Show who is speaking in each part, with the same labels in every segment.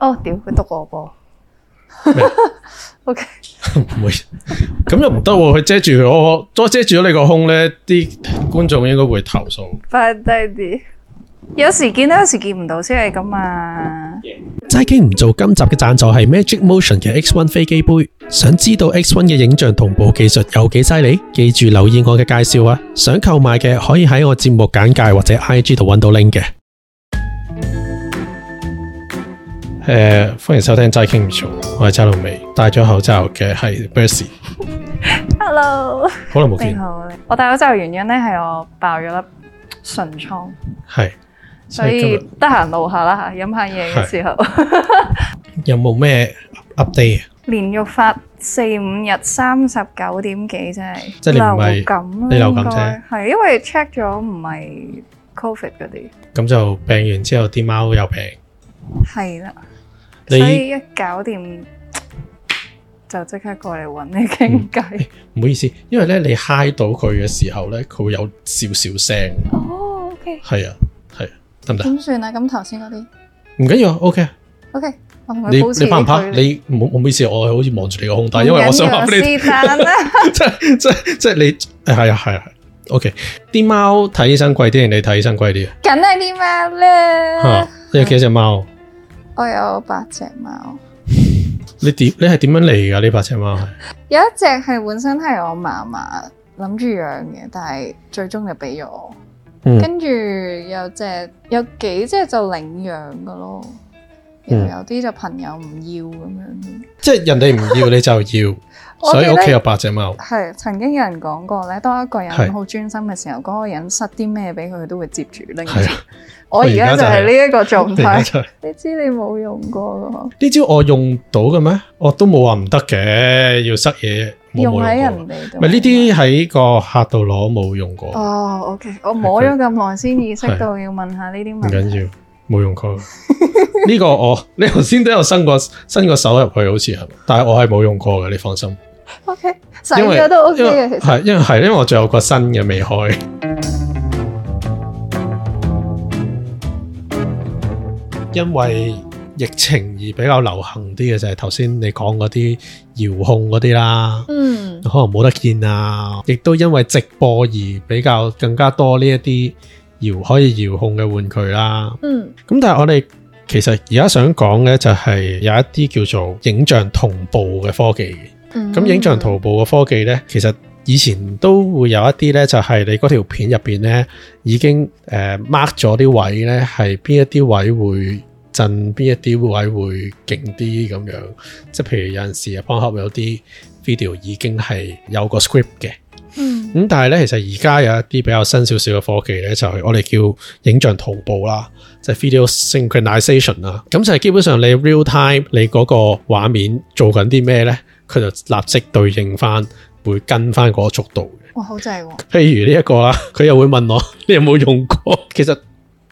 Speaker 1: 哦，屌佢督我波。O K，
Speaker 2: 唔會，咁又唔得喎。佢遮住佢我，多遮住咗你個胸咧，啲觀眾應該會投訴。
Speaker 1: 快低啲。有時見到，有時見唔到先係咁啊！
Speaker 2: 齋傾唔做今集嘅贊助係 Magic Motion 嘅 X1 飛機杯。想知道 X1 嘅影像同步技術有幾犀利？記住留意我嘅介紹啊！想購買嘅可以喺我節目簡介或者 IG 度揾到 link 嘅。誒、歡迎收聽齋傾唔做，我係齋老味，戴咗口罩嘅係 Bercy，
Speaker 1: Hello，
Speaker 2: 好耐冇
Speaker 1: 你
Speaker 2: 見，
Speaker 1: 好。我戴口罩嘅原因咧係我爆咗粒唇瘡，
Speaker 2: 係
Speaker 1: 所
Speaker 2: 今
Speaker 1: 以
Speaker 2: 日
Speaker 1: 得閒露下啦嚇，飲下嘢嘅 時候，
Speaker 2: 有冇咩 update？
Speaker 1: 連續發四五日三十九點幾，真係
Speaker 2: 即係你唔係
Speaker 1: 流感啦，
Speaker 2: 你流感
Speaker 1: 應該
Speaker 2: 啫，
Speaker 1: 係因為 check 咗唔係 covid 嗰啲，
Speaker 2: 咁就病完之後啲貓有病，
Speaker 1: 係啦，所
Speaker 2: 你
Speaker 1: 以一搞掂就即刻過嚟揾你傾偈。
Speaker 2: 唔好意思，因為咧你嗨到佢嘅時候咧，佢會有少少聲，
Speaker 1: 哦，OK，
Speaker 2: 係啊，係啊得唔得？
Speaker 1: 點算啊？咁頭先嗰啲
Speaker 2: 唔緊要啊，OK 啊。
Speaker 1: ，OK，我同
Speaker 2: 你
Speaker 1: 佢保持
Speaker 2: 你怕唔怕？
Speaker 1: 啲距離
Speaker 2: 你唔好唔好意思，我係好似望住你個胸，但係因為我想話俾你，
Speaker 1: 唔緊要是 但啦，
Speaker 2: 即係即係即係你係啊係啊係。OK，啲貓睇醫生貴啲定你睇醫生貴啲啊？
Speaker 1: 梗係啲貓啦
Speaker 2: 嚇，。你有幾多隻貓？
Speaker 1: 我有八隻貓，
Speaker 2: 你點你係點樣嚟㗎？呢八隻貓係
Speaker 1: 有一隻係本身係我嫲嫲諗住養嘅，但係最終就俾咗我。
Speaker 2: 嗯
Speaker 1: 跟住有隻有幾隻就領養噶咯，然
Speaker 2: 嗯
Speaker 1: 後有啲就朋友唔要咁樣。
Speaker 2: 即係人哋唔要你就要，
Speaker 1: 我
Speaker 2: 所以
Speaker 1: 記
Speaker 2: 屋
Speaker 1: 得
Speaker 2: 企有八隻貓。
Speaker 1: 係曾經有人講過咧，當一個人
Speaker 2: 係
Speaker 1: 好專心嘅時候，嗰、個人塞啲咩俾佢，佢都會接住拎
Speaker 2: 係
Speaker 1: 走。
Speaker 2: 啊，
Speaker 1: 我而
Speaker 2: 我而家
Speaker 1: 家
Speaker 2: 就
Speaker 1: 就
Speaker 2: 係
Speaker 1: 係呢一個 狀
Speaker 2: 突然間
Speaker 1: 態。
Speaker 2: 就係
Speaker 1: 你知你冇用過噶，
Speaker 2: 呢招我用到嘅咩？我都冇話唔得嘅，要塞嘢冇
Speaker 1: 用
Speaker 2: 冇
Speaker 1: 喺
Speaker 2: 用過。
Speaker 1: 人哋度。
Speaker 2: 咪呢啲喺個客度攞冇用過，唔
Speaker 1: 哦，OK，我摸咗咁耐先意識到要問下呢啲問題。
Speaker 2: 緊要，冇用過。 呢個我你頭先都有伸過伸個手入去，好似係，但係我係冇用過嘅，你放心。
Speaker 1: OK，洗
Speaker 2: 因為
Speaker 1: 咗都 OK
Speaker 2: 因
Speaker 1: 嘅，其
Speaker 2: 為
Speaker 1: 實
Speaker 2: 係因為係因為我仲有個新嘅未開。因為疫情而比較流行啲嘅就係頭先你講嗰啲遙控嗰啲啦。
Speaker 1: 嗯
Speaker 2: 可能冇得見啊，亦都因為直播而比較更加多呢一啲遙可以遙控嘅玩具啦。
Speaker 1: 嗯
Speaker 2: 咁但係我哋其實而家想講嘅就係有一啲叫做影像同步嘅科技。
Speaker 1: 嗯。
Speaker 2: 咁影像同步嘅科技呢，其實以前都會有一啲呢，就係你嗰條片入邊呢已經誒 mark 咗啲位呢，係邊一啲位會震，邊一啲位會勁啲咁樣。即係譬如有陣時啊 p o 有啲 video 已經係有個 script 嘅。
Speaker 1: 嗯
Speaker 2: 咁但係咧，其實而家有一啲比較新少少嘅科技咧，就係、我哋叫影像同步啦，即係 video synchronization 啦。咁就係基本上你 real time 你嗰個畫面做緊啲咩咧，佢就立即對應翻，會跟翻嗰個速度。
Speaker 1: 哇，好正喎！
Speaker 2: 譬如呢一個啦，佢又會問我 你有冇用過？ 其實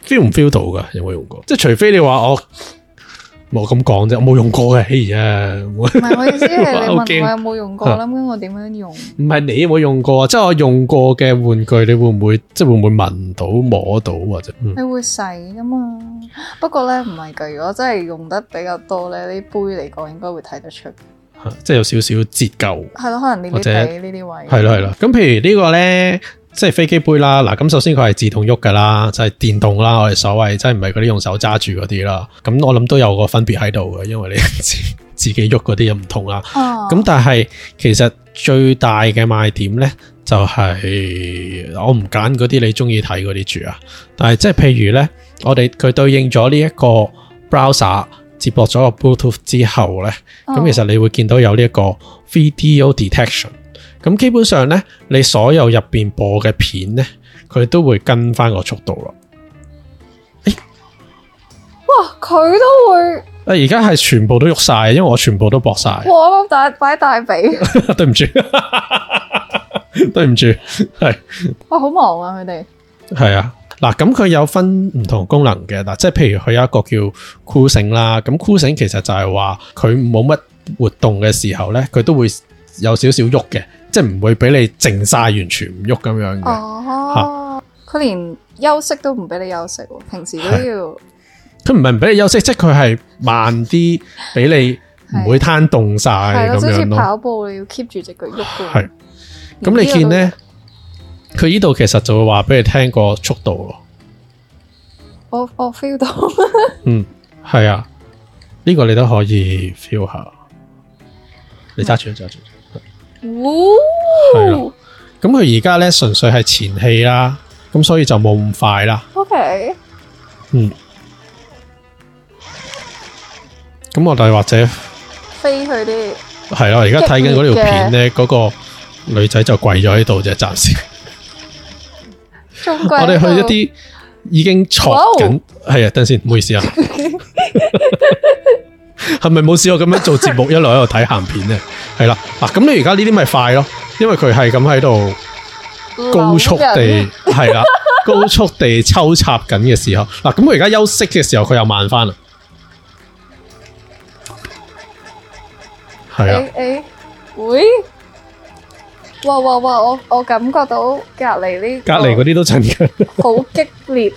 Speaker 2: feel 唔 feel 到㗎？有冇用過？即係除非你話我冇咁講啫，我冇用過嘅。哎呀，我
Speaker 1: 唔係我意思係你
Speaker 2: 好
Speaker 1: 問
Speaker 2: 驚
Speaker 1: 我有冇用過，諗緊我點樣用。
Speaker 2: 唔係你有冇用過啊？即係我用過嘅玩具，你會唔會即係會唔會聞到摸到或者？嗯
Speaker 1: 你會洗噶嘛？不過咧唔係㗎，如果真係用得比較多咧，呢杯嚟講應該會睇得出。
Speaker 2: 嚇啊即係有少少折舊，
Speaker 1: 係咯，可能呢
Speaker 2: 或
Speaker 1: 啲
Speaker 2: 者
Speaker 1: 地呢啲位。
Speaker 2: 係咯係咯。咁譬如呢個呢，即係飛機杯啦。嗱，咁首先佢係自動喐㗎啦，就係電動啦。我哋所謂即係唔係嗰啲用手揸住嗰啲啦。咁我諗都有個分別喺度嘅，因為你 自自己喐嗰啲又唔同啦。
Speaker 1: 啊。
Speaker 2: 咁但係其實最大嘅賣點呢，就係、我唔揀嗰啲你中意睇嗰啲住啊。但係即係譬如呢，我哋佢對應咗呢一個 browser 接駁咗個 Bluetooth 之後呢，咁、其實你會見到有呢一個 video detection。咁基本上呢，你所有入邊播嘅片呢，佢都會跟翻個速度咯。
Speaker 1: 哇，佢都會，
Speaker 2: 啊，而家係全部都喐晒，因為我全部都駁晒。
Speaker 1: 哇我啱啱大擺大 髀，
Speaker 2: 對唔住， 對唔住，係。
Speaker 1: 哇好忙啊佢哋。
Speaker 2: 係啊，嗱，咁佢有分唔同功能嘅，嗱，即係譬如佢有一個叫箍繩啦，咁箍繩其實就係話佢冇乜活動嘅時候咧，佢都會有少少喐嘅，即係唔會俾你靜晒完全唔喐咁樣嘅。
Speaker 1: 哦，佢連休息都唔俾你休息喎，平時都要
Speaker 2: 佢唔係唔俾你休息，即係佢係慢啲俾你，唔會攤凍晒
Speaker 1: 係咯，
Speaker 2: 咁
Speaker 1: 就好似
Speaker 2: 樣咯。
Speaker 1: 跑步你要 keep 住只腳喐嘅
Speaker 2: 係
Speaker 1: 喎。
Speaker 2: 咁你見咧，佢呢度其實就會話俾你聽個速度咯。
Speaker 1: 我，我我 feel 到，
Speaker 2: 嗯，係啊，呢、個你都可以 feel 下。你揸住，揸住。係
Speaker 1: 哦
Speaker 2: 啦咁佢而家咧純粹係前戲啦，咁所以就冇咁快啦。
Speaker 1: ，OK，
Speaker 2: 嗯，咁我哋或者
Speaker 1: 飛佢啲，
Speaker 2: 係啦，我而家睇緊嗰條片咧，嗰、個女仔就跪咗喺度啫，暫時。
Speaker 1: 中
Speaker 2: 我
Speaker 1: 國
Speaker 2: 哋去一啲已經錯緊，係啊，等陣先，唔好意思啊。係咪冇試過咁樣做節目，一路喺度睇鹹片咧？係啦，嗱，咁你而家呢啲咪快咯，因為佢係咁喺度。
Speaker 1: 啲
Speaker 2: 高速地係啦，高速地抽插緊嘅時候，嗱咁佢而家休息嘅時候，佢又慢翻啦，係啊，
Speaker 1: 誒誒，會，哇哇哇！我我感覺到隔離呢
Speaker 2: 隔離嗰啲都震緊，
Speaker 1: 個好激烈，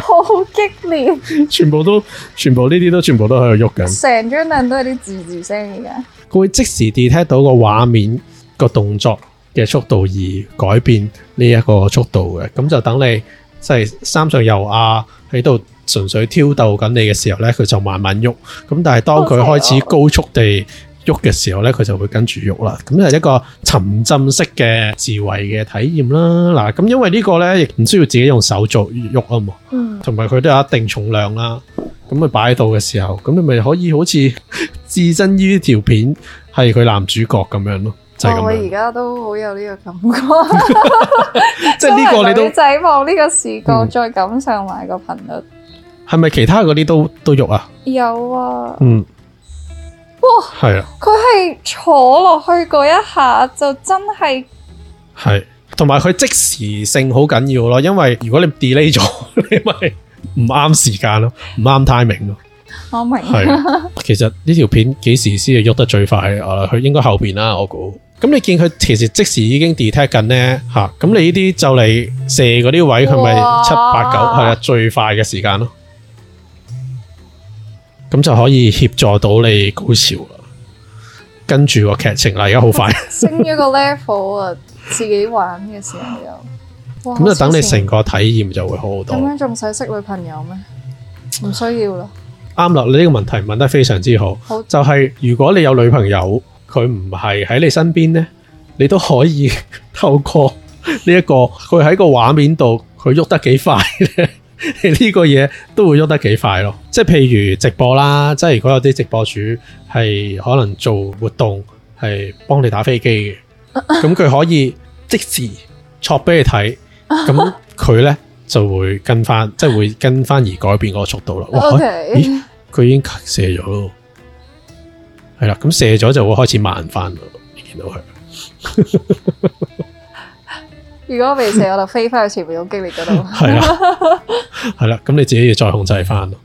Speaker 1: 好激烈，
Speaker 2: 全部都全部呢啲都全部都喺度喐緊，
Speaker 1: 成張凳都係啲吱吱聲而家。
Speaker 2: 佢會即時 detect 到個畫面個動作嘅速度而改變呢一個速度嘅，咁就等你即係三上悠亞喺度純粹挑逗緊你嘅時候咧，佢就慢慢喐。咁但係當佢開始高速地喐嘅時候咧，佢就會跟住喐啦。咁就係一個沉浸式嘅智慧嘅體驗啦。嗱，咁因為呢個咧亦唔需要自己用手做喐啊嘛。
Speaker 1: 嗯，
Speaker 2: 同埋佢都有一定重量啦。咁佢擺喺度嘅時候，咁你咪可以好似 置身於條片係佢男主角咁樣咯，就係、
Speaker 1: 哇我
Speaker 2: 咁
Speaker 1: 而
Speaker 2: 樣。
Speaker 1: 家都好有呢 個感覺，
Speaker 2: 即係呢個你
Speaker 1: 女
Speaker 2: 都
Speaker 1: 仔望呢個視覺，
Speaker 2: 嗯
Speaker 1: 再感上埋個頻率。
Speaker 2: 係咪其他嗰啲都都喐啊？
Speaker 1: 有啊，
Speaker 2: 嗯，
Speaker 1: 哇！
Speaker 2: 係啊，
Speaker 1: 佢係坐落去嗰一下就真係
Speaker 2: 係。同埋佢即時性好緊要咯，因為如果你 delay 咗， 你咪唔啱時間咯，唔啱 timing 咯。
Speaker 1: 我明，
Speaker 2: 係， 其實呢條片幾時先係喐得最快啊？佢應該後邊啦，我估。咁你見佢其實即時已經 detect 緊咧吓，咁你呢啲就嚟射嗰啲位，佢咪
Speaker 1: 哇
Speaker 2: 七八九係啊最快嘅時間咯。咁就可以協助到你高潮啦。跟住個劇情啦，而家好快，
Speaker 1: 升咗個 level à. 啊！自己玩嘅時候又，哇
Speaker 2: 咁就等你。
Speaker 1: 好黐線
Speaker 2: 成個體驗就會好好
Speaker 1: 咁
Speaker 2: 多。
Speaker 1: 樣仲使識女朋友咩？唔需要啦，
Speaker 2: 啱啦，你呢個問題問得非常之好
Speaker 1: 好，
Speaker 2: 就係如果你有女朋友，佢唔係喺你身邊呢，你都可以 透過呢、一個佢喺個畫面度，佢喐得幾快咧，你呢 個嘢都會喐得幾快咯。即係譬如直播啦，即係如果有啲直播主係可能做活動係幫你打飛機嘅，咁佢可以即時戳俾你睇，咁佢呢就會跟翻，即係會跟翻而改變嗰個速度啦。哇
Speaker 1: 哦 OK
Speaker 2: 咦佢已經射咗咯，係啦，咁射咗就會開始慢翻咯。你見到佢
Speaker 1: 如果被射我就飛翻去前面好激烈嗰度。
Speaker 2: 係啦，係啦，咁你自己要再控制翻咯。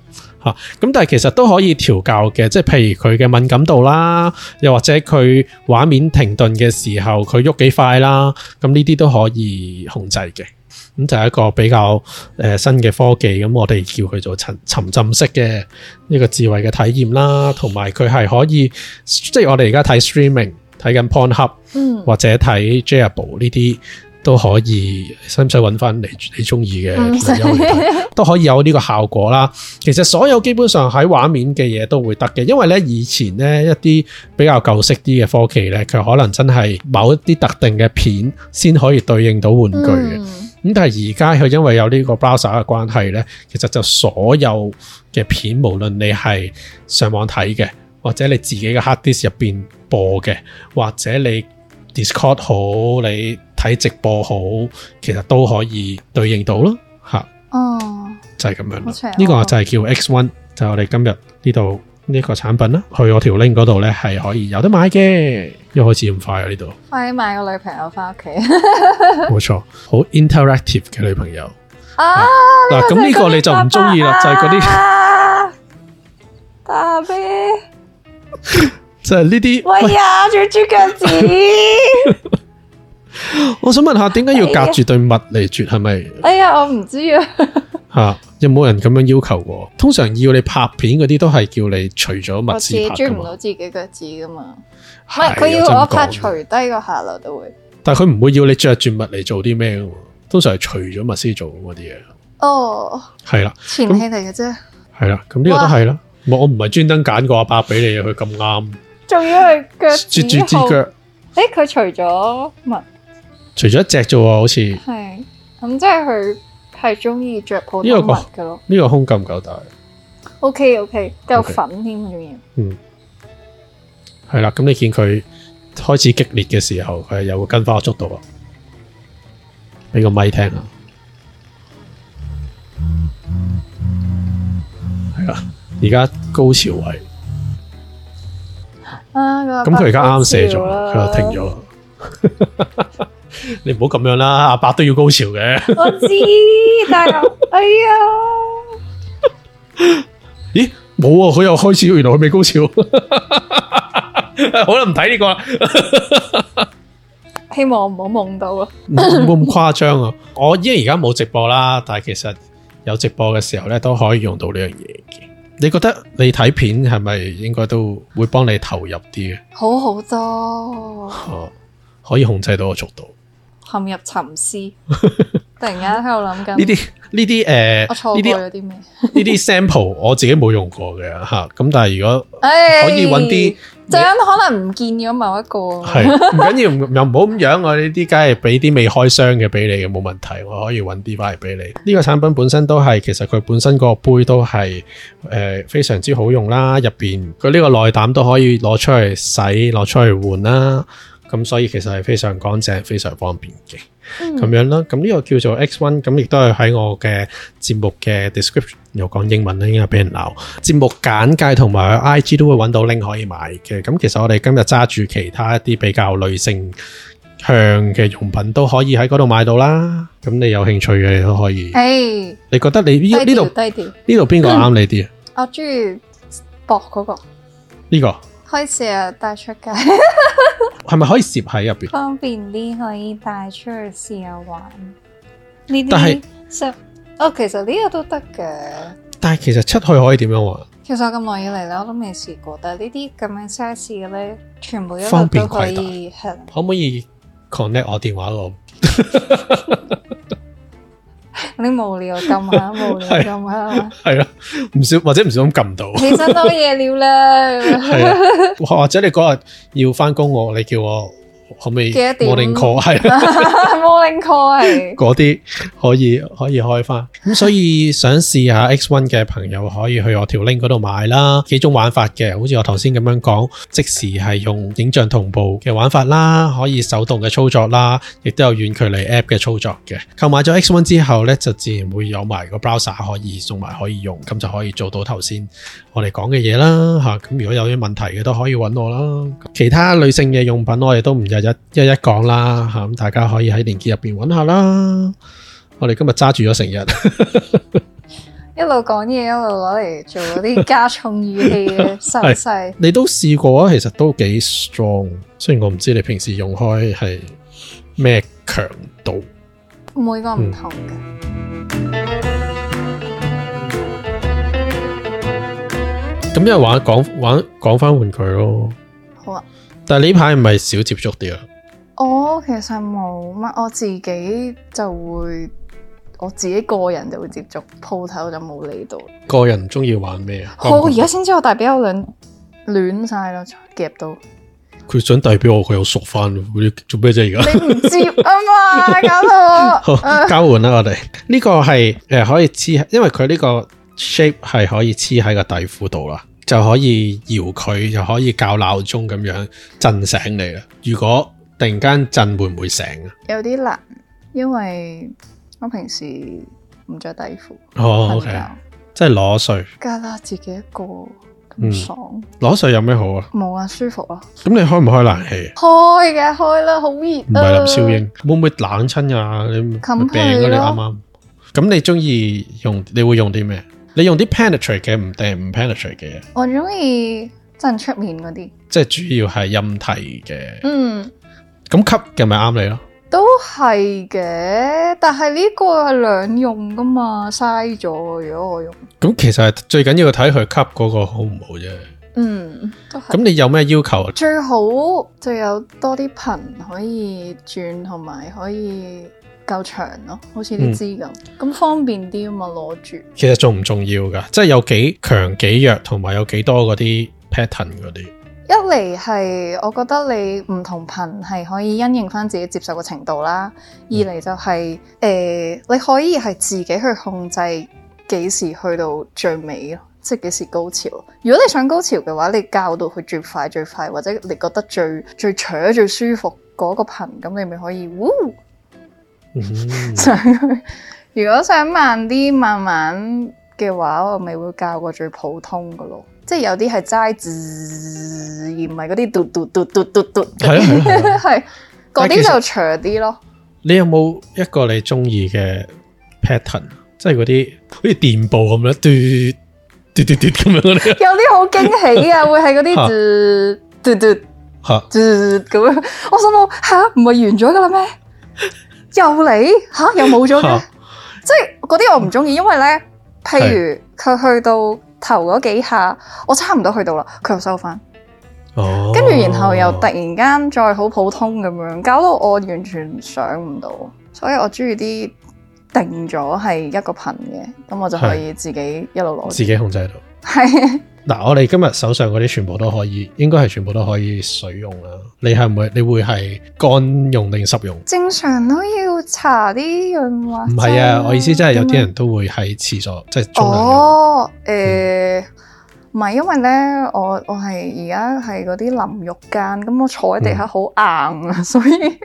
Speaker 2: 吓，咁但係其實都可以調教嘅，即係譬如佢嘅敏感度啦，又或者佢畫面停頓嘅時候佢喐幾快啦，咁呢啲都可以控制嘅。咁就係一個比較誒、呃新嘅科技，咁我哋叫佢做沉沉浸式嘅呢個智慧嘅體驗啦，同埋佢係可以，即係我哋而家睇 streaming 睇緊 PornHub。
Speaker 1: 嗯，
Speaker 2: 或者睇 Jable 呢啲都可以，使唔使揾翻你你中意嘅
Speaker 1: 唔使
Speaker 2: 朋友 嚟睇都可以有呢個效果啦。其實所有基本上喺畫面嘅嘢都會得嘅，因為咧以前咧一啲比較舊式啲嘅科技咧，佢可能真係某一啲特定嘅片先可以對應到 玩具嘅。
Speaker 1: 嗯
Speaker 2: 咁但係而家佢因為有呢個 browser 嘅關係咧，其實就所有嘅片，無論你係上網睇嘅，或者你自己嘅 hard disk 入邊播嘅，或者你 Discord 好，你睇直播好，其實都可以對應到咯，嚇
Speaker 1: 哦，
Speaker 2: 就係、咁樣
Speaker 1: 好邪
Speaker 2: 啦
Speaker 1: 惡。
Speaker 2: 呢個就係叫 X One，就係我哋今日呢度呢個產品啦。去我條 link 嗰度咧係可以有得買嘅，一開始咁快啊呢度。
Speaker 1: 快啲買個女朋友翻 屋企
Speaker 2: 冇錯，好 interactive 嘅女朋友。
Speaker 1: 啊！
Speaker 2: 嗱，咁呢個你就唔中意啦，就係嗰 啲，
Speaker 1: 啲大啤，
Speaker 2: 就係呢啲。
Speaker 1: 喂呀，仲有豬腳 趾！
Speaker 2: 我想問下，點解要隔住對襪嚟啜？係咪
Speaker 1: 哎呀，我唔知啊，
Speaker 2: 吓？有冇人咁樣要求過？通常要你拍片嗰啲都係叫你除咗
Speaker 1: 我
Speaker 2: 物
Speaker 1: 自
Speaker 2: 字
Speaker 1: 己
Speaker 2: 拍
Speaker 1: 追
Speaker 2: 㗎
Speaker 1: 唔
Speaker 2: 嘛
Speaker 1: 到，自己腳趾噶嘛，唔
Speaker 2: 係啊
Speaker 1: 係佢
Speaker 2: 有真
Speaker 1: 要我拍
Speaker 2: 講
Speaker 1: 除低個下流都會。
Speaker 2: 但係佢唔會要你着住襪嚟做啲咩㗎嘛，通常係除咗襪先做嗰啲嘢。
Speaker 1: 哦，
Speaker 2: 係啦，
Speaker 1: 前戲嚟嘅啫，
Speaker 2: 係啦，咁呢個
Speaker 1: 哇
Speaker 2: 都係啦。我我唔係專登揀個阿伯俾你嘅，佢咁啱，
Speaker 1: 仲要係
Speaker 2: 截住
Speaker 1: 腳趾
Speaker 2: 支
Speaker 1: 後。
Speaker 2: 腳，
Speaker 1: 誒，佢除咗襪
Speaker 2: 除咗一隻啫喎，好似呢
Speaker 1: 係，咁即係佢係中意着普通
Speaker 2: 呢個個
Speaker 1: 襪嘅咯。
Speaker 2: 個胸夠唔夠大？
Speaker 1: OK OK，夠
Speaker 2: OK
Speaker 1: 粉添仲要。
Speaker 2: 嗯係啦，咁你見佢開始激烈嘅時候，佢係又會跟翻我速度啊！俾個咪聽啊！係啦，而家高潮位，
Speaker 1: 啊，咁
Speaker 2: 咁佢而家啱射咗，啊佢
Speaker 1: 啊
Speaker 2: 又停咗 啦。你唔好咁樣啦，阿伯都要高潮嘅。
Speaker 1: 我知，但係哎 呀，
Speaker 2: 咦，冇啊！佢又開始，原來佢未高潮。 好啦，唔睇呢個啦。
Speaker 1: 希望我唔好夢到咯。
Speaker 2: 冇冇咁誇張啊！我因為而家冇直播啦，但係其實有直播嘅時候咧，都可以用到呢樣嘢嘅。你覺得你睇片係咪應該都會幫你投入啲嘅？
Speaker 1: 好好多，
Speaker 2: 哦，可以控制到個速度。
Speaker 1: 陷入沉思。突然間喺度諗緊，
Speaker 2: 呢啲呢啲誒，
Speaker 1: 我錯過
Speaker 2: 呢啲
Speaker 1: 咗啲咩？
Speaker 2: 呢啲 sample 我自己冇用過嘅嚇。咁但係如果
Speaker 1: 唉
Speaker 2: 可以揾啲
Speaker 1: 就咁可能唔見咗某一個。
Speaker 2: 係唔緊要，唔又唔好咁樣。我呢啲梗係俾啲未開箱嘅俾你嘅，冇問題。我可以揾啲翻嚟俾你。呢、個產品本身都係其實佢本身個杯都係誒、呃非常之好用啦。入邊佢呢個內膽都可以攞出去洗，攞出去換啦。咁所以其實係非常乾淨、非常方便嘅。咁
Speaker 1: 嗯
Speaker 2: 樣啦。咁呢個叫做 X One，咁亦都係喺我嘅節目嘅 description 又講英文啦，應該俾人鬧。節目簡介同埋佢 IG 都會揾到 link 可以買嘅。咁其實我哋今日揸住其他一啲比較女性向嘅用品都可以喺嗰度買到啦。咁你有興趣嘅你都可以。
Speaker 1: 誒，
Speaker 2: 你覺得你呢
Speaker 1: 低
Speaker 2: 呢度
Speaker 1: 調低調，
Speaker 2: 呢度邊個啱你啲啊？
Speaker 1: 我中意薄嗰個，嗯
Speaker 2: 呢個
Speaker 1: 可以成日帶出街，
Speaker 2: 係咪可以攝喺入邊？
Speaker 1: 方便啲，可以帶出去試下玩。呢
Speaker 2: 但係
Speaker 1: 啲實哦，其實呢個都得嘅。
Speaker 2: 但係其實出去可以點樣玩？
Speaker 1: 其實我咁耐以嚟咧，我都未試過，但係呢啲咁樣 size 嘅咧，全部一律
Speaker 2: 方便
Speaker 1: 都可
Speaker 2: 攜帶
Speaker 1: 以係啦
Speaker 2: 可唔可以 connect 我電話個？
Speaker 1: 你無聊撳下，無聊
Speaker 2: 係
Speaker 1: 撳下，
Speaker 2: 係啦，唔少或者唔小心撳到。
Speaker 1: 其實都夜了 啦。
Speaker 2: 係啊， 或或者你嗰日要翻工，我你叫我可唔可以
Speaker 1: 幾多點
Speaker 2: morning call 係啊
Speaker 1: ，morning call 係
Speaker 2: 嗰啲可以可以開翻。咁所以想試下 X One 嘅朋友可以去我條 link 嗰度買啦，幾種玩法嘅，好似我頭先咁樣講，即時係用影像同步嘅玩法啦，可以手動嘅操作啦，亦都有遠距離 app 嘅操作嘅。購買咗 X One 之後呢，就自然會有埋個 browser 可以送埋可以用，咁就可以做到頭先我哋講嘅嘢啦嚇。咁如果有啲問題嘅都可以揾我啦。其他女性嘅用品我哋都唔日日一一講啦嚇，咁大家可以喺連結入邊揾下啦。我哋今日揸住咗成日，。
Speaker 1: 一路講嘢一路攞嚟做嗰啲加重語氣嘅手勢
Speaker 2: 你都試過啊，其實都幾 strong。雖然我唔知你平時用開係咩強度。
Speaker 1: 每個唔同嘅。
Speaker 2: 咁因為玩講玩講翻玩具咯，
Speaker 1: 好啊，
Speaker 2: 但係呢排唔係少接觸啲啊。
Speaker 1: 我哦其實冇乜，我自己就會，我自己個人就會接觸，鋪頭就冇理到。
Speaker 2: 個人中意玩咩啊？
Speaker 1: 我哦而家先知我大髀有兩亂晒咯，夾到
Speaker 2: 佢想代表我，佢又熟翻，佢做咩啫？而家
Speaker 1: 你唔接啊嘛，搞 到
Speaker 2: 好
Speaker 1: 我。呃
Speaker 2: 交換啦，我哋呢個係誒可以黐，因為佢呢個 shape 係可以黐喺個底褲度啦，就可以搖佢，就可以校鬧鐘咁樣震醒你啦。如果突然間震會唔會醒啊？
Speaker 1: 有啲難，因為我平時唔着底褲
Speaker 2: 哦
Speaker 1: 瞓
Speaker 2: ，OK，
Speaker 1: 覺，
Speaker 2: 即係裸睡，
Speaker 1: 梗係啦，自己一個
Speaker 2: 嗯
Speaker 1: 咁爽，
Speaker 2: 裸睡有咩好啊？
Speaker 1: 冇啊，舒服啊，
Speaker 2: 咁你開唔開冷氣啊？
Speaker 1: 開嘅開啦，好熱
Speaker 2: 唔
Speaker 1: 啊，
Speaker 2: 係林少英，會唔會冷親啊？你病
Speaker 1: 冚被
Speaker 2: 咗你
Speaker 1: 咯
Speaker 2: 啱啱。咁你中意用，你會用啲咩？你用啲 penetrate 嘅，唔定係唔 penetrate 嘅嘢，
Speaker 1: 我中意真係出面嗰啲，
Speaker 2: 即係主要係陰蒂嘅。
Speaker 1: 嗯，
Speaker 2: 咁吸嘅咪啱你咯。
Speaker 1: 都係嘅，但係呢個係兩用噶嘛，嘥咗。如果我用，
Speaker 2: 咁其實係最緊要睇佢吸嗰個好唔好啫。
Speaker 1: 嗯，都係。
Speaker 2: 咁你有咩要求啊？
Speaker 1: 最好就有多啲頻可以轉，同埋可以夠長咯，好似啲枝咁，咁、方便啲啊嘛，攞住。
Speaker 2: 其實重唔重要㗎？即係有幾強幾弱，同埋有幾多嗰啲 pattern 嗰啲。
Speaker 1: 一嚟係我覺得你唔同頻係可以因應翻自己接受嘅程度啦，二嚟就係、呃你可以係自己去控制幾時去到最尾咯，即係幾時高潮。如果你想高潮嘅話，你教到佢最快最快，或者你覺得最最扯最舒服嗰個頻，咁你咪可以，呜
Speaker 2: 嗯
Speaker 1: 上去。 如果想慢啲慢慢嘅話，我咪會教個最普通嘅咯。即係有啲係齋字，而唔係嗰啲嘟嘟嘟嘟嘟嘟。
Speaker 2: 係啊係啊係啊
Speaker 1: 係嗰
Speaker 2: 但係其
Speaker 1: 啲
Speaker 2: 實
Speaker 1: 就長啲咯。
Speaker 2: 你有冇一個你中意嘅 pattern？即係嗰啲好似電步咁樣，嘟嘟嘟嘟咁樣 嗰啲
Speaker 1: 有啲好驚喜啊，會係嗰
Speaker 2: 嚇
Speaker 1: 啲嘟嘟嘟
Speaker 2: 嚇。
Speaker 1: 嘟咁樣。我心諗吓，唔係完咗㗎啦咩？又嚟吓，又冇咗嘅
Speaker 2: 嚇。
Speaker 1: 即係嗰啲我唔中意，因為咧，譬如佢去到頭嗰幾下，我差唔多去到啦，佢又收翻。
Speaker 2: 哦，
Speaker 1: 跟住然後又突然間再好普通咁樣，搞到我完全想唔到，所以我中意啲定咗係一個頻嘅，咁我就可以自己一路攞住。
Speaker 2: 自己控制到。
Speaker 1: 係
Speaker 2: 嗱，我哋今日手上嗰啲全部都可以，應該係全部都可以水用啦。你係唔會？你會係乾用定濕用？
Speaker 1: 正常都要搽啲潤滑。
Speaker 2: 唔係啊，我意思即係有啲人都會喺廁所即係沖涼用。
Speaker 1: 哦，誒、唔係因為咧，我我係而家係嗰啲淋浴間，咁我坐喺地
Speaker 2: 嗯
Speaker 1: 下好硬啊，所以。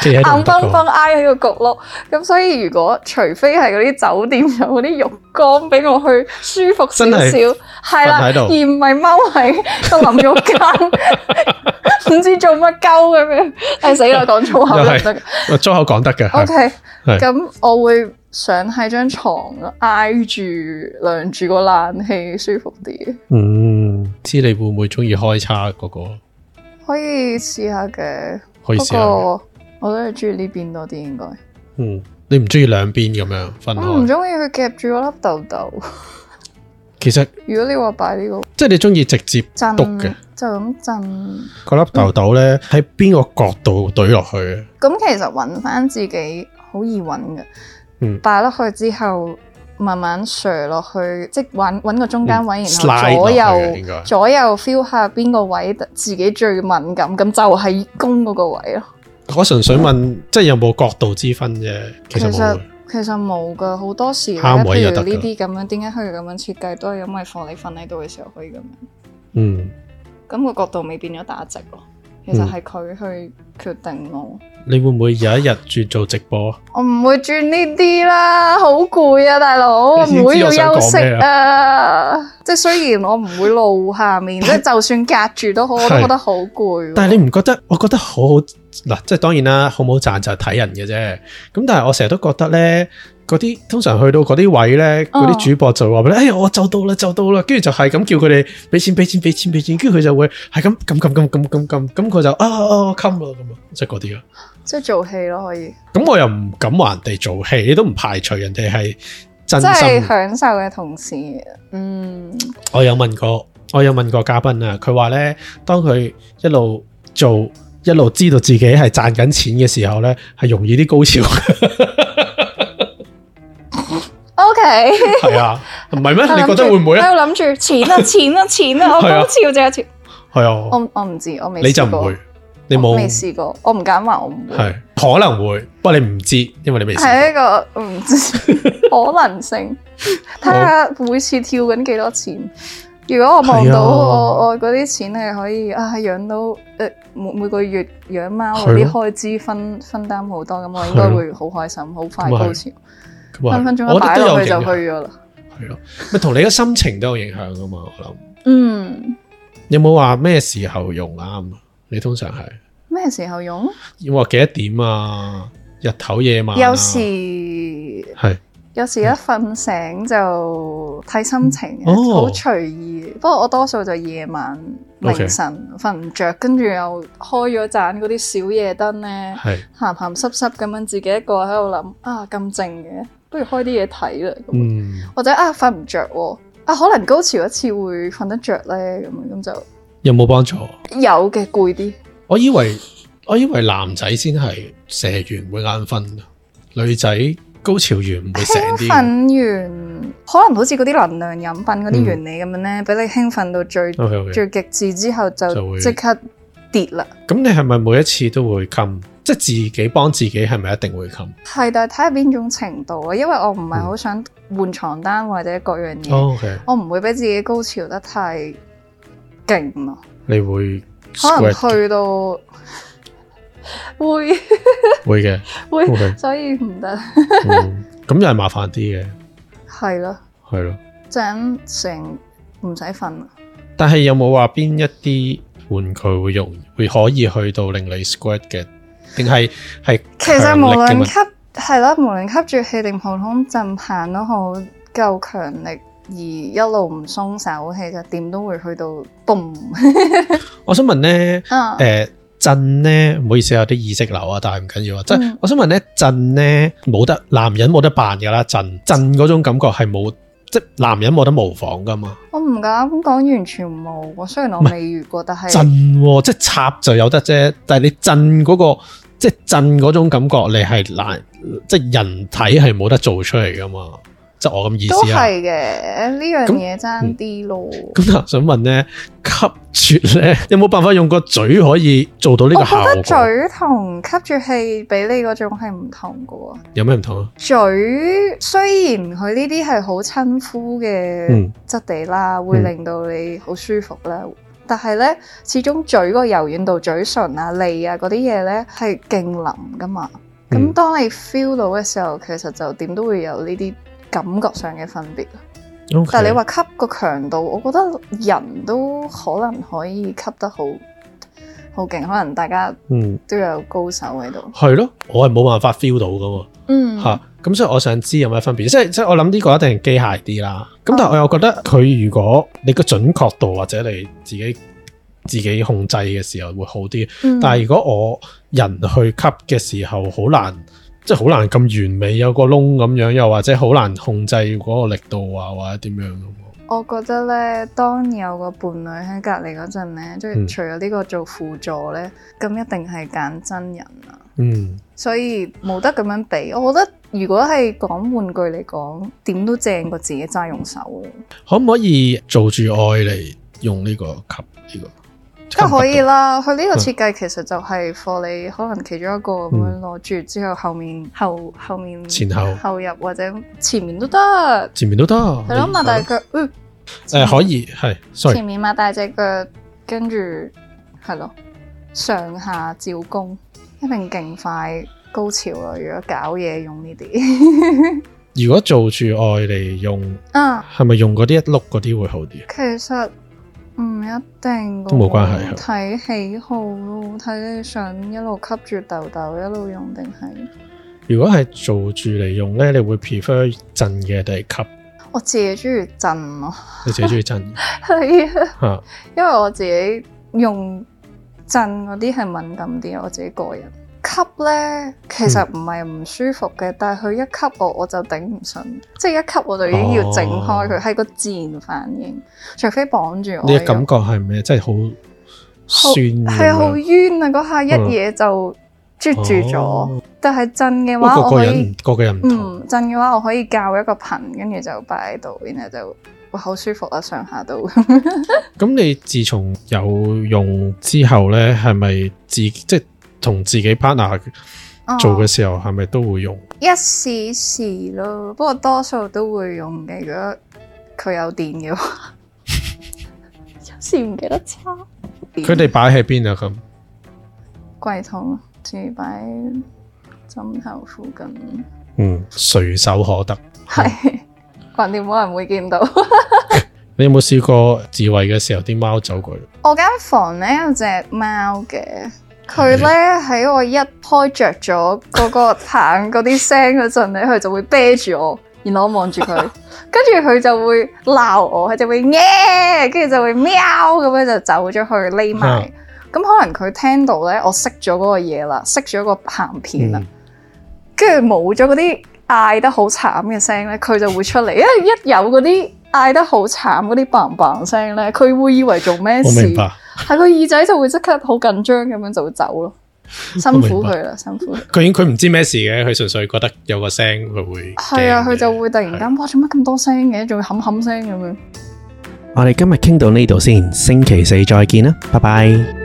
Speaker 2: 企喺度唔
Speaker 1: 硬
Speaker 2: 得
Speaker 1: 崩崩
Speaker 2: 㗎
Speaker 1: 挨喺個角落，咁所以如果除非係嗰啲酒店有嗰啲浴缸俾我去舒服少
Speaker 2: 真
Speaker 1: 少
Speaker 2: 係，
Speaker 1: 係啦，而
Speaker 2: 瞓喺
Speaker 1: 唔
Speaker 2: 度
Speaker 1: 係踎喺個淋浴 間，唔知做乜鳩咁樣，唉死啦，講粗口
Speaker 2: 又
Speaker 1: 啦
Speaker 2: 係
Speaker 1: 唔得
Speaker 2: 我啊粗口講得嘅，係
Speaker 1: ，OK，
Speaker 2: 係
Speaker 1: 咁我會想喺張床挨住涼住個冷氣舒服啲，
Speaker 2: 嗯，知你會唔會中意開叉嗰個？
Speaker 1: 可以試下嘅，
Speaker 2: 可以
Speaker 1: 不
Speaker 2: 試下。
Speaker 1: 過我都係中意呢邊多啲應該，
Speaker 2: 嗯，你唔中意兩邊咁樣分
Speaker 1: 我嗯唔
Speaker 2: 開？
Speaker 1: 中意佢夾住嗰粒痘痘。
Speaker 2: 其實
Speaker 1: 如果你話擺呢個
Speaker 2: 即係你中意直接
Speaker 1: 震
Speaker 2: 篤嘅
Speaker 1: 就咁震，
Speaker 2: 嗰粒豆豆咧，喺邊個角度懟落去嘅？
Speaker 1: 咁其實揾翻自己好易揾嘅。
Speaker 2: 嗯
Speaker 1: 擺落去之後，慢慢瀡落去，即係揾揾個中間
Speaker 2: 嗯
Speaker 1: 位，然
Speaker 2: slide
Speaker 1: 後左
Speaker 2: 落去嘅應
Speaker 1: 右
Speaker 2: 該
Speaker 1: 左右 feel 下邊個位自己最敏感，咁就係攻嗰個位咯。
Speaker 2: 我純粹問，即係有冇角度之分啫？其實冇
Speaker 1: 實
Speaker 2: 嘅。
Speaker 1: 其實冇㗎，好多時咧，
Speaker 2: 啱
Speaker 1: 譬
Speaker 2: 位就
Speaker 1: 如
Speaker 2: 得㗎
Speaker 1: 呢啲咁樣，點解佢咁樣設計，都係因為放你瞓喺度嘅時候可以咁樣，
Speaker 2: 嗯，
Speaker 1: 咁個角度未變咗打直咯。其實係佢去決定咯。
Speaker 2: 你會唔會有一日轉做直播啊？
Speaker 1: 我唔會轉呢啲啦，好攰啊，大佬，我
Speaker 2: 你先
Speaker 1: 唔會
Speaker 2: 知
Speaker 1: 要
Speaker 2: 我想
Speaker 1: 休
Speaker 2: 講
Speaker 1: 息
Speaker 2: 咩
Speaker 1: 啊。即係雖然我唔會露下面，即係就算隔住都好，我都
Speaker 2: 係
Speaker 1: 覺得好攰喎。
Speaker 2: 但係你唔覺得？我覺得好好嗱，即係當然啦，好唔好賺就係睇人嘅啫。咁但係我成日都覺得咧，嗰啲通常去到嗰啲位咧，嗰
Speaker 1: 哦
Speaker 2: 啲主播就會話俾你：哎呀，我就到啦，就到啦。跟住就係咁叫佢哋俾錢，俾錢，俾錢，俾錢。跟住佢就會係咁撳撳撳撳撳撳，咁佢就啊啊啊 come 啦咁啊，即係嗰啲咯。
Speaker 1: 即係做戲咯，可以，
Speaker 2: 咁我又唔敢話人哋做戲，你都唔排除人哋係真
Speaker 1: 即係
Speaker 2: 心。
Speaker 1: 享受嘅同時，嗯，
Speaker 2: 我有問過，我有問過嘉賓啊，佢話咧，當佢一路做，一路知道自己係賺緊錢嘅時候咧，係容易啲 高潮。
Speaker 1: O K，
Speaker 2: 係啊，唔係咩？ 你覺得會唔會
Speaker 1: 喺
Speaker 2: 啊？
Speaker 1: 度諗住錢 啊，錢啊，錢啊，我
Speaker 2: 係啊
Speaker 1: 高潮就有錢，
Speaker 2: 係啊，
Speaker 1: 我我唔知，我未
Speaker 2: 你就
Speaker 1: 試過
Speaker 2: 唔會，，你
Speaker 1: 我未
Speaker 2: 冇
Speaker 1: 試過，我唔敢話我唔會，
Speaker 2: 係可能會，不過你唔知，因為你未試
Speaker 1: 係一個唔知 可能性，睇下每次跳緊幾多錢。如果我望
Speaker 2: 係
Speaker 1: 到
Speaker 2: 啊
Speaker 1: 我我嗰啲錢係可以啊養到誒、呃每每個月養貓
Speaker 2: 係
Speaker 1: 嗰啲
Speaker 2: 咯
Speaker 1: 開支分分擔好多，咁我應
Speaker 2: 係
Speaker 1: 該
Speaker 2: 咯
Speaker 1: 會好開心，好快
Speaker 2: 咁啊係
Speaker 1: 高潮，
Speaker 2: 過。
Speaker 1: 分分鐘
Speaker 2: 我
Speaker 1: 一
Speaker 2: 覺
Speaker 1: 擺
Speaker 2: 得都
Speaker 1: 落
Speaker 2: 有啊
Speaker 1: 去就
Speaker 2: 影
Speaker 1: 去
Speaker 2: 響，
Speaker 1: 咗啦。
Speaker 2: 係咯，咪同你嘅心情都有影響噶嘛？我諗
Speaker 1: 嗯，
Speaker 2: 有冇話咩時候用啱？啊你通常係
Speaker 1: 咩時候
Speaker 2: 啊
Speaker 1: 用？
Speaker 2: 要話幾多點啊？日頭夜晚啊？
Speaker 1: 有時
Speaker 2: 係
Speaker 1: 有時一瞓醒就睇心情嘅，
Speaker 2: 哦
Speaker 1: 好隨意。不過我多數就夜晚凌
Speaker 2: OK
Speaker 1: 晨瞓唔着，跟住又開咗盞嗰啲小夜燈咧，
Speaker 2: 係，
Speaker 1: 鹹鹹濕濕咁樣自己一個喺度諗啊咁靜嘅，不如開啲嘢睇啦。咁
Speaker 2: 嗯，
Speaker 1: 或者啊瞓唔着喎，啊可能高潮一次會瞓得着咧，咁樣咁就
Speaker 2: 有冇幫助？
Speaker 1: 有嘅攰啲。
Speaker 2: 我以為我以為男仔先係射完會眼瞓，女仔高潮完唔會醒
Speaker 1: 興
Speaker 2: 啲
Speaker 1: 奮
Speaker 2: 嘅。
Speaker 1: 完，可能好似嗰啲能量飲品嗰啲原理咁樣咧，俾、你興奮到最
Speaker 2: O K O K，
Speaker 1: 最極致之後
Speaker 2: 就會
Speaker 1: 就即刻跌啦。
Speaker 2: 咁你係咪每一次都會冚？即係自己幫自己係咪一定會冚
Speaker 1: 係，但係睇下邊種程度啊，因為我唔
Speaker 2: 嗯
Speaker 1: 係好想換床單或者各樣嘢，
Speaker 2: ？O K，
Speaker 1: 我唔會俾自己高潮得太勁咯，
Speaker 2: 你會
Speaker 1: 可能
Speaker 2: squirt 嘅
Speaker 1: 去到會
Speaker 2: 會嘅。
Speaker 1: 會
Speaker 2: O K，
Speaker 1: 所以唔得，
Speaker 2: 嗯咁又係麻煩啲嘅，
Speaker 1: 係咯，
Speaker 2: 係咯。
Speaker 1: 陣成唔使瞓啦。
Speaker 2: 但係有冇話邊一啲玩具會容會可以去到令你 squirt 嘅？定係係
Speaker 1: 其實無
Speaker 2: 強力
Speaker 1: 論
Speaker 2: 嘅問
Speaker 1: 吸係啦，無論吸住氣定普通浸棒都好，夠強力而一路唔鬆手，其實點都會去到 boom
Speaker 2: 我想問咧，
Speaker 1: 啊！
Speaker 2: 誒呃震咧，唔好意思，有啲意識流啊，但係唔緊要啊。即係
Speaker 1: 嗯
Speaker 2: 我想問咧，震咧冇得男人冇得扮噶啦，震震嗰種感覺係冇，即係男人冇得模仿噶嘛。
Speaker 1: 我唔敢講完全冇喎，雖然我未遇過，但
Speaker 2: 震
Speaker 1: 係
Speaker 2: 喎、即係插就有得啫，但係你震嗰、個即係震嗰種感覺，你係難，即係人體係冇得做出嚟噶嘛。即係我咁意
Speaker 1: 都
Speaker 2: 思啊。
Speaker 1: 係嘅，呢樣
Speaker 2: 咁嗯
Speaker 1: 嘢爭啲咯。
Speaker 2: 咁啊，想問咧，吸啜咧有冇辦法用個嘴可以做到呢
Speaker 1: 我
Speaker 2: 個
Speaker 1: 覺
Speaker 2: 效
Speaker 1: 得
Speaker 2: 果？
Speaker 1: 嘴同吸住氣俾你嗰種係唔同嘅喎。
Speaker 2: 有咩唔同啊？
Speaker 1: 嘴雖然佢呢啲係好親膚嘅
Speaker 2: 嗯
Speaker 1: 質地啦，會
Speaker 2: 嗯
Speaker 1: 令到你好舒服啦。但係咧，始終嘴個柔軟度、嘴唇啊、脷啊嗰啲嘢咧係勁腍噶嘛。咁、
Speaker 2: 嗯
Speaker 1: 當你 feel 到嘅時候，其實就點都會有呢啲感覺上嘅分別。
Speaker 2: o k
Speaker 1: 但係你話吸個強度，我覺得人都可能可以吸得好好勁，可能大家
Speaker 2: 嗯。
Speaker 1: 都有高手喺度。
Speaker 2: 係咯，我係冇辦法 feel 到噶喎
Speaker 1: 嗯，
Speaker 2: 嚇，咁、所以我想知有咩分別，即係即係我諗呢個一定係機械啲啦。咁
Speaker 1: 嗯
Speaker 2: 但係我又覺得佢如果你個準確度或者你自己自己控制嘅時候會好啲，
Speaker 1: 嗯
Speaker 2: 但係如果我人去吸嘅時候好難，即係好難咁完美有個窿咁樣，又或者好難控制嗰個力度啊，或者點樣咁喎。
Speaker 1: 我覺得咧，當有個伴侶喺隔離嗰陣咧，即係
Speaker 2: 嗯
Speaker 1: 除咗呢個做輔助咧，咁一定係揀真人啦。
Speaker 2: 嗯，
Speaker 1: 所以冇得咁樣比。我覺得如果係講玩具嚟講，點都正過自己揸用手喎，
Speaker 2: 可唔可以做住愛嚟用呢個吸呢、個？
Speaker 1: 梗係可以啦。佢呢個設計其實就係 for 你可能其中一個咁樣攞住之後，後面後後面
Speaker 2: 前後
Speaker 1: 後入或者前面都得。
Speaker 2: 前面都得，
Speaker 1: 係咯，擘大
Speaker 2: 嗯係
Speaker 1: 腳，呃
Speaker 2: 誒、可以係，sorry，
Speaker 1: 前面擘大隻腳，跟住係咯，上下照弓，一定勁快高潮啦！如果搞嘢用呢啲，
Speaker 2: 如果做住愛嚟用，
Speaker 1: 啊，
Speaker 2: 係咪用嗰啲一碌嗰啲會好啲？
Speaker 1: 其實唔一定㗎喎
Speaker 2: 都冇關係
Speaker 1: 睇喜好咯，睇你想一路吸住豆豆一路用定係。
Speaker 2: 如果係做住嚟用呢，你會 prefer 震嘅定係吸？
Speaker 1: 我自己中意震咯，
Speaker 2: 你自己中 意震
Speaker 1: 係啊，
Speaker 2: 吓？啊
Speaker 1: 因為我自己用震嗰啲係敏感啲，我自己個人吸咧，其實
Speaker 2: 嗯
Speaker 1: 唔係唔舒服嘅，但係佢一吸我我就頂唔順，即係一吸我就已經要整開佢，
Speaker 2: 哦
Speaker 1: 係、個自然反應。除非綁住我，
Speaker 2: 你嘅感覺係咩？真係好
Speaker 1: 好
Speaker 2: 酸咁樣，
Speaker 1: 係好冤啊！嗰下一嘢就啜住咗，
Speaker 2: 嗯哦
Speaker 1: 但係震嘅
Speaker 2: 不
Speaker 1: 話
Speaker 2: 過
Speaker 1: 我
Speaker 2: 個
Speaker 1: 可
Speaker 2: 人
Speaker 1: 以
Speaker 2: 唔，個個人唔同。
Speaker 1: 嗯，震嘅話我可以教一個頻，跟住就擺喺度，然後就哇好舒服啊，上下都。
Speaker 2: 咁、你自從有用之後呢，係咪自即係同自己 partner
Speaker 1: 啊
Speaker 2: 做嘅時候，係咪都會用？
Speaker 1: 一時時咯，不過多數都會用嘅。如果佢有電嘅話，有時唔記得插。
Speaker 2: 佢哋擺喺邊啊？咁
Speaker 1: 櫃桶自己擺枕頭附近，
Speaker 2: 嗯，隨手可得。
Speaker 1: 係橫掂冇人會見到。
Speaker 2: 你有冇試過自慰嘅時候啲貓走過嚟？
Speaker 1: 我間房咧有隻貓嘅，佢咧喺我一開着咗嗰個棒嗰啲聲嗰陣咧，佢就會啤住我，然後我望住佢，跟住佢就會鬧我，佢就會耶，跟住就會喵咁樣就走咗去匿埋。咁可能佢聽到咧，我熄咗嗰個嘢啦，熄咗個鹹片啦，
Speaker 2: 嗯
Speaker 1: 跟住冇咗嗰啲嗌得好慘嘅聲咧，佢就會出嚟。因為一有嗰啲嗌得好慘嗰啲嘭嘭聲咧，佢會以為做咩
Speaker 2: 我
Speaker 1: 事，
Speaker 2: 明白，
Speaker 1: 係個耳仔就會即刻好緊張咁樣就會走 咯。辛苦佢啦，辛苦佢。
Speaker 2: 佢已經佢唔知咩事嘅，佢純粹覺得有個聲佢會
Speaker 1: 係啊，
Speaker 2: 驚嘅
Speaker 1: 佢就會突然
Speaker 2: 係
Speaker 1: 間哇，做乜咁多聲嘅，仲要冚冚聲咁樣。
Speaker 2: 我哋今日傾到呢度先，星期四再見啦，拜拜。